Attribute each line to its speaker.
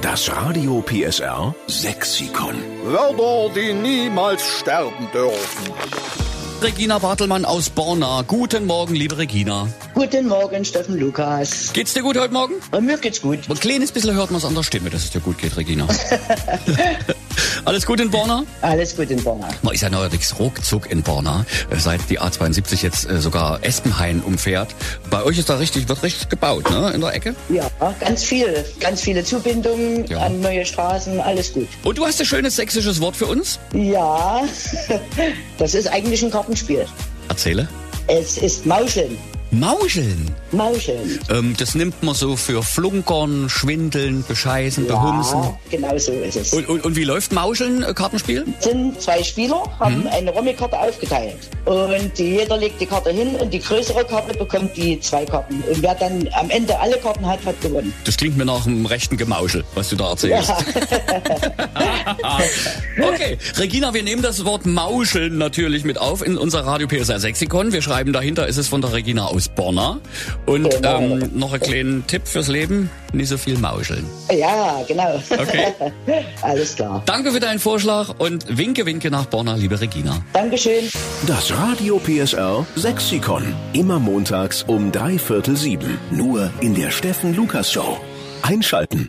Speaker 1: Das Radio PSR Sexikon.
Speaker 2: Wörter, die niemals sterben dürfen.
Speaker 3: Regina Bartelmann aus Borna. Guten Morgen, liebe Regina.
Speaker 4: Guten Morgen, Steffen Lukas.
Speaker 3: Geht's dir gut heute Morgen?
Speaker 4: Und mir geht's gut.
Speaker 3: Ein kleines bisschen hört man es an der Stimme, dass es dir gut geht, Regina. Alles gut in Borna?
Speaker 4: Alles gut in Bonn.
Speaker 3: Man ist ja neuerdings ruckzuck in Borna, äh, seit die A72 jetzt äh, sogar Espenhain umfährt. Bei euch ist da richtig, wird richtig gebaut, ne, in der Ecke?
Speaker 4: Ja, ganz viel. Ganz viele Zubindungen
Speaker 3: Ja.
Speaker 4: an neue Straßen, alles gut.
Speaker 3: Und du hast ein schönes sächsisches Wort für uns?
Speaker 4: Ja, das ist eigentlich ein Kartenspiel.
Speaker 3: Erzähle.
Speaker 4: Es ist Mauscheln.
Speaker 3: Mauscheln.
Speaker 4: Mauscheln.
Speaker 3: Ähm, das nimmt man so für Flunkern, Schwindeln, Bescheißen, Behumsen.
Speaker 4: Ja, genau so ist es.
Speaker 3: Und, und, und wie läuft Mauscheln, äh, Kartenspiel?
Speaker 4: Es sind zwei Spieler, haben
Speaker 3: Mhm.
Speaker 4: eine Rommikarte aufgeteilt. Und die- jeder legt die Karte hin und die größere Karte bekommt die zwei Karten. Und wer dann am Ende alle Karten hat, hat gewonnen.
Speaker 3: Das klingt mir nach einem rechten Gemauschel, was du da erzählst. okay, Regina, wir nehmen das Wort Mauscheln natürlich mit auf in unser Radio PSR Sexikon. Wir schreiben dahinter, ist es von der Regina aus Bonner. Und
Speaker 4: Genau.
Speaker 3: ähm, noch einen kleinen Tipp fürs Leben, nicht so viel Mauscheln.
Speaker 4: Ja, genau.
Speaker 3: Okay.
Speaker 4: Alles klar.
Speaker 3: Danke für deinen Vorschlag und winke, winke nach Bonner, liebe Regina.
Speaker 4: Dankeschön.
Speaker 1: Das Radio PSR Sexikon. Immer montags um drei Viertel sieben. Nur in der Steffen Lukas Show. Einschalten.